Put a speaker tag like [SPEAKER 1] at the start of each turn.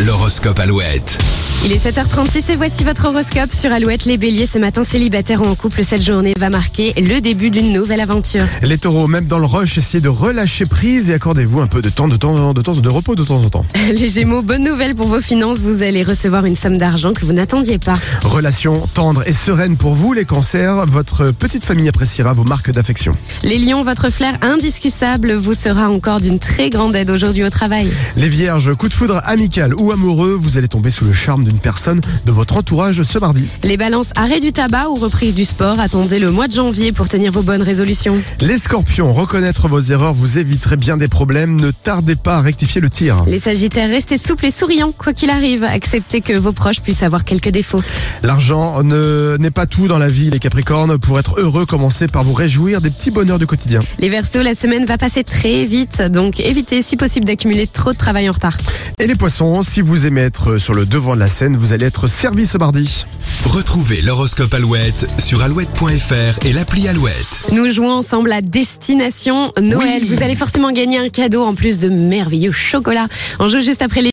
[SPEAKER 1] L'horoscope Alouette.
[SPEAKER 2] Il est 7h36 et voici votre horoscope sur Alouette les Béliers. Ce matin, célibataire ou en couple, cette journée va marquer le début d'une nouvelle aventure.
[SPEAKER 3] Les taureaux, même dans le rush, essayez de relâcher prise et accordez-vous un peu de temps, de temps, de temps, de repos de temps en temps.
[SPEAKER 2] Les Gémeaux, bonne nouvelle pour vos finances, vous allez recevoir une somme d'argent que vous n'attendiez pas.
[SPEAKER 3] Relation tendre et sereine pour vous, les cancers. Votre petite famille appréciera vos marques d'affection.
[SPEAKER 2] Les Lions, votre flair indiscutable vous sera encore d'une très grande aide aujourd'hui au travail.
[SPEAKER 3] Les vierges, coup de foudre amical ou amoureux, vous allez tomber sous le charme d'une personne de votre entourage ce mardi.
[SPEAKER 2] Les Balances, arrêt du tabac ou reprise du sport, attendez le mois de janvier pour tenir vos bonnes résolutions.
[SPEAKER 3] Les scorpions, reconnaître vos erreurs vous éviterez bien des problèmes. Ne tardez pas à rectifier le tir.
[SPEAKER 2] Les Sagittaires, restez souples et souriants, quoi qu'il arrive. Acceptez que vos proches puissent avoir quelques défauts.
[SPEAKER 3] L'argent ne- n'est pas tout dans la vie, les capricornes. Pour être heureux, commencez par vous réjouir des petits bonheurs du quotidien.
[SPEAKER 2] Les Verseaux, la semaine va passer très vite, donc évitez si possible d'accumuler trop de travail en retard.
[SPEAKER 3] Et les poissons, si vous aimez être sur le devant de la scène, vous allez être servi ce mardi.
[SPEAKER 1] Retrouvez l'horoscope Alouette sur alouette.fr et l'appli Alouette.
[SPEAKER 2] Nous jouons ensemble à Destination Noël. Vous allez forcément gagner un cadeau en plus de merveilleux chocolats. En jeu juste après les